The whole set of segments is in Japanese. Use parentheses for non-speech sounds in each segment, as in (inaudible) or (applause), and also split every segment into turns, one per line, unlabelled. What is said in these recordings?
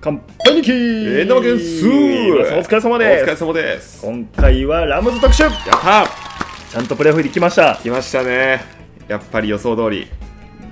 乾杯にき
エンダマケンスー
皆さんお疲れ様
お疲れ
です
様です
今回はラムズ特集ち
やったー
ゃんとプレーオフに来ました
来ましたねやっぱり予想通り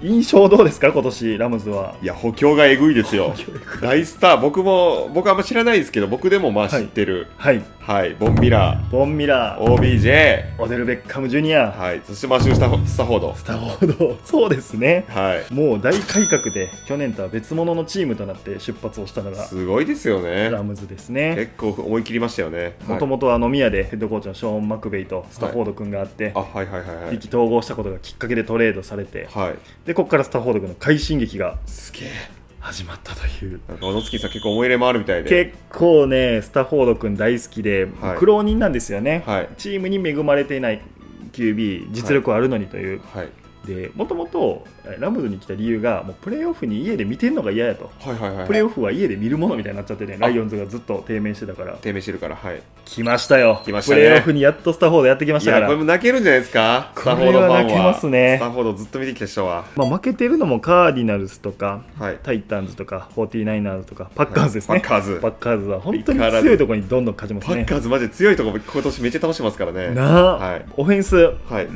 印象どうですか今年ラムズはい
や補強がえぐいですよ大スター僕も僕あんま知らないですけど僕でもまあ知
はい
ってる
はい
はい、ボンビラ
ボンミラー
OBJ
オデル・ベッカム・ジュニア
はいそしてマシュースタフォスタフォード
スターフォードそうですね
はい
もう大改革で去年とは別物のチームとなって出発をしたのが
すごいですよね
ラムズですね
結構思い切りましたよね
もと
も
もとは飲み屋でヘッドコーチのショーン・マクベイとスタフォード君があって、
あはいはいはいは
意
い
気統合したことがきっかけでトレードされて、
はい
でここからスタフォード君の快進撃が
すげえ
始まったという
なんか小野月さん結構思い入れもあるみたいで
結構ねスタフォード君大好きで、
はい
苦労人なんですよね、
はい
チームに恵まれていない QB 実力はあるのにという、
はい
でもともとえラムズに来た理由がもうプレーオフに家で見てるのが嫌やと、
はいはいはい
プレ
は
ー
い
オフは家で見るものみたいになっちゃってねライオンズがずっと低迷してたから
低迷してるからはい
来ましたよ
来ましたね
プレーオフにやっとスタフォードやってきま
い
したか
やこ
ら
れも泣けるんじゃないですかス
これは
タフォードファンは
泣けますね
スタフォードずっと見てきた人は
まあ、負けてるのもカーディナルスとか
はい
タイタンズとか 49ers とかパッカーズですね、
パッカーズ
パッカーズは本当に強いところにどんどん勝ちま
パ
す
ッ
ね
カーズマジで強いとこ今年めっちゃ倒してますからね
なあ、
はい
オフェンス6
はい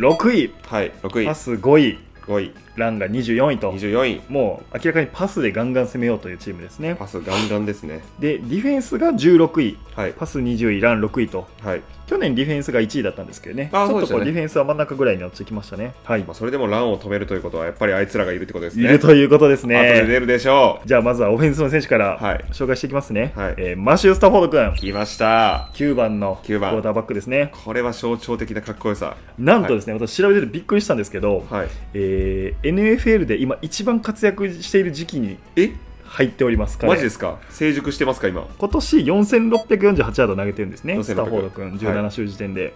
位、
はい6
パ
位
ス5位、
5位
ランが24位と、
24位
もう明らかにパスでガンガン攻めようというチームですね。
パスガンガンですね
で、ディフェンスが16位、
はい
パス20位、ラン6位と、
はい、
去年ディフェンスが1位だったんですけどね、ち
あー
ょっと
そ
こ
う
う
でしたね
ディフェンスは真ん中ぐらいに落ちてきましたね。はい
まあ、、それでもランを止めるということはやっぱりあいつらがいるってことです
い
ね
るということです
後で
ね。
出るでしょ
じゃあ、まずはオフェンスの選手から
はい
紹介していきますね。
はい
えーマシュー・スタフォード君
う、来ました
9番のクォ
9番
ーターバックですね。
これは象徴的なかっこよさ
なんとですね、私、調べててびっくりしたんですけど、
はい
えー NFL で今一番活躍している時期に
え
入っておりますから
マジですか成熟してますか今は
今年4648ヤード投げてるんですね
4600
スタフォード君17週時点で,、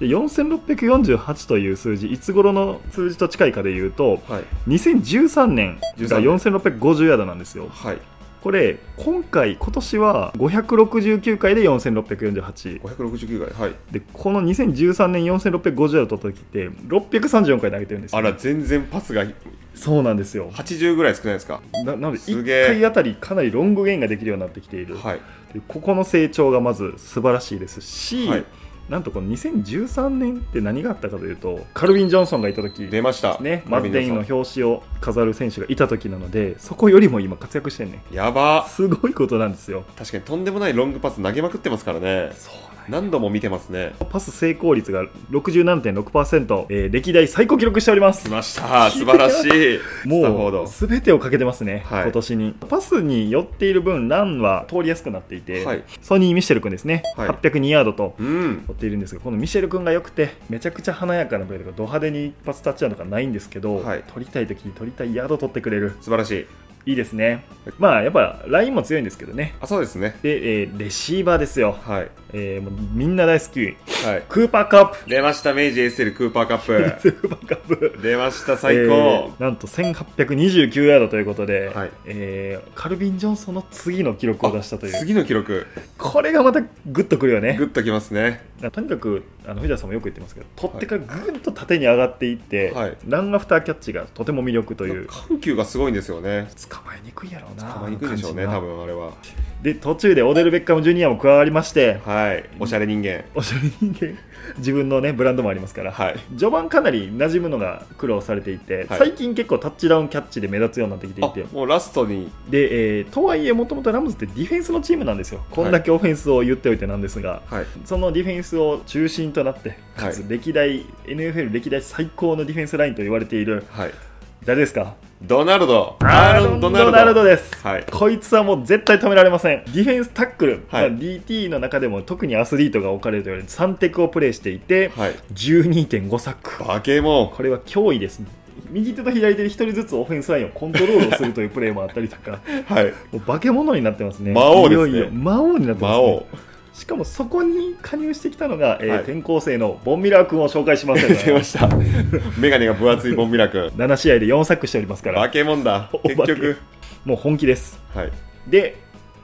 い
で4648という数字いつ頃の数字と近いかで言うと
はい
2013年が
13
4650ヤードなんですよ
はい
これ今回今年は569回で4648
569回はい
でこの2013年4650ヤード取った時って634回投げてるんですよ
あら全然パスが
そうなんですよ
80ぐらい少ないですか
ななのです1
げえ
回あたりかなりロングゲインができるようになってきている、
はい
でここの成長がまず素晴らしいですし、
はい
なんとこの2013年って何があったかというとカルビン・ジョンソンがいた時
出ました
ね、マ
マビ
ッ
ン
テインの表紙を飾る選手がいた時なのでそこよりも今活躍してんね
やば
すごいことなんですよ
確かにとんでもないロングパス投げまくってますからね
そう
何度も見てますね
パス成功率が67.6%、えー、歴代最高記録しております
来ました素晴らし (laughs) いスタフォー
も
ド
う全てをかけてますね、
はい
今年にパスに寄っている分ランは通りやすくなっていて、
はい
ソニー・ミシェル君ですね、
はい
802ヤードと
うん
追っているんですがこのミシェル君が良くてめちゃくちゃ華やかなプレーとかド派手に一発タッチアウトとかないんですけど、
はい
取りたい時に取りたいヤード取ってくれる
素晴らしい
いいですねまあやっぱラインも強いんですけどね
あそうですね
で、えーレシーバーですよ、
はい
えーもうみんな大好き
はい
クーパーカップ
出ました明治 SL クーパーカッ
クーパーカップ
プ (laughs) 出ました最
え
高
ーなんと1829ヤードということで、
はい
えーカルビン・ジョンソンの次の記録を出したという
次の記録
これがまたグッとくるよね
グッときますね
とにかくあの藤田さんもよく言ってますけど取ってからぐんと縦に上がっていって、
はい
ランアフターキャッチがとても魅力という
緩急がすごいんですよね
捕まえにくいやろうな
捕まえにくいでしょうね
あの
多
感じな
分あれは
で途中でオデル・ベッカム・ジュニアも加わりまして、
はいおしゃれ人間
おしゃれ人間自分のねブランドもありますから、
はい
序盤かなり馴染むのが苦労されていて、
はい
最近結構タッチダウンキャッチで目立つようになってきてい
あ
て
もうラストに
で、えーとはいえもともとラムズってディフェンスのチームなんですよこんだけオフェンスを言っておいてなんですが、
はい
そのディフェンスを中心となって、か
は
つ歴代、NFL 歴代最高のディフェンスラインと言われている、
はい
誰ですか
ドナルドアーロンドナルド
です。
はい
こいつはもう絶対止められません。ディフェンスタックル、
はい
まあ DT の中でも特にアスリートが置かれると言われる3テクをプレーしていて、
はい
12.5サック。
バケモ
これは脅威です。右手と左手で1人ずつオフェンスラインをコントロールをするというプレーもあったりと
(laughs)
か、
ンはい
もう化け物になってますね。
魔王ですね
いよいよ魔王になってます、ね。
魔王
しかもそこに加入してきたのが、えー
はい
転校生のボンミラー君を紹介します
出 (laughs) ましたメガネが分厚いボンミラ君
7試合で4サックしておりますから
バケモンだ
お化
結
け
局
もう本気です
はい
で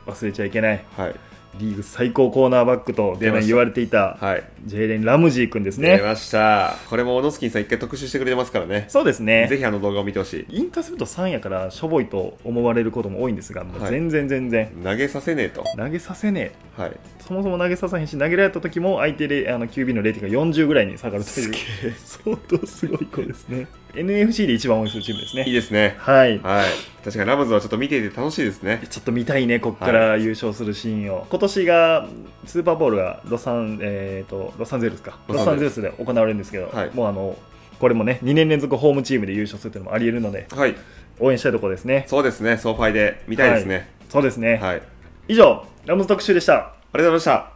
忘れちゃいけない
はい
リーグ最高コーナーバックと去
出ま
年
した
言われていた
はい
ジェイレン・ラムジー君です
出
ね。
ましたこれもオノスキンさん一回特集してくれてますからね
そうですね。
ぜひあの動画を見てほしい
インターセプト3やからしょぼいと思われることも多いんですが、もう
はい
全然全然、
投げさせねえと
投げさせね
はい
え、そもそも投げさせへんし、投げられた時も相手であの QB のレーティングが40ぐらいに下がるという、相当すごい子ですね。NFC で一番多い数チームです
いい
ね。
ですね
はい、
はい確かにラムズはちょっと見ていて楽しいですね
ちょっと見たいね、ここから優勝するシーンを、今年がスーパーボールがロサン,、えー、とロサンゼルスか、
ロ
ロ
サ
サ
ン
ン
ゼ
ゼ
ル
ルスで行われるんですけど、
はい
もうあのこれもね、2年連続ホームチームで優勝するというのもありえるので、
はい
応援したいところですね。
そうですねソーファイで見たいですね
そうですね、
はい、ありが
以上、ラムズ特集でした。
とうございました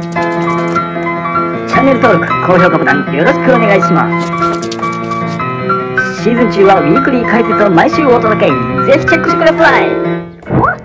チャンネル登録、高評価ボタンよろしくお願いします。シーズン中はウィークリー解説を毎週お届け。ぜひチェックしてください。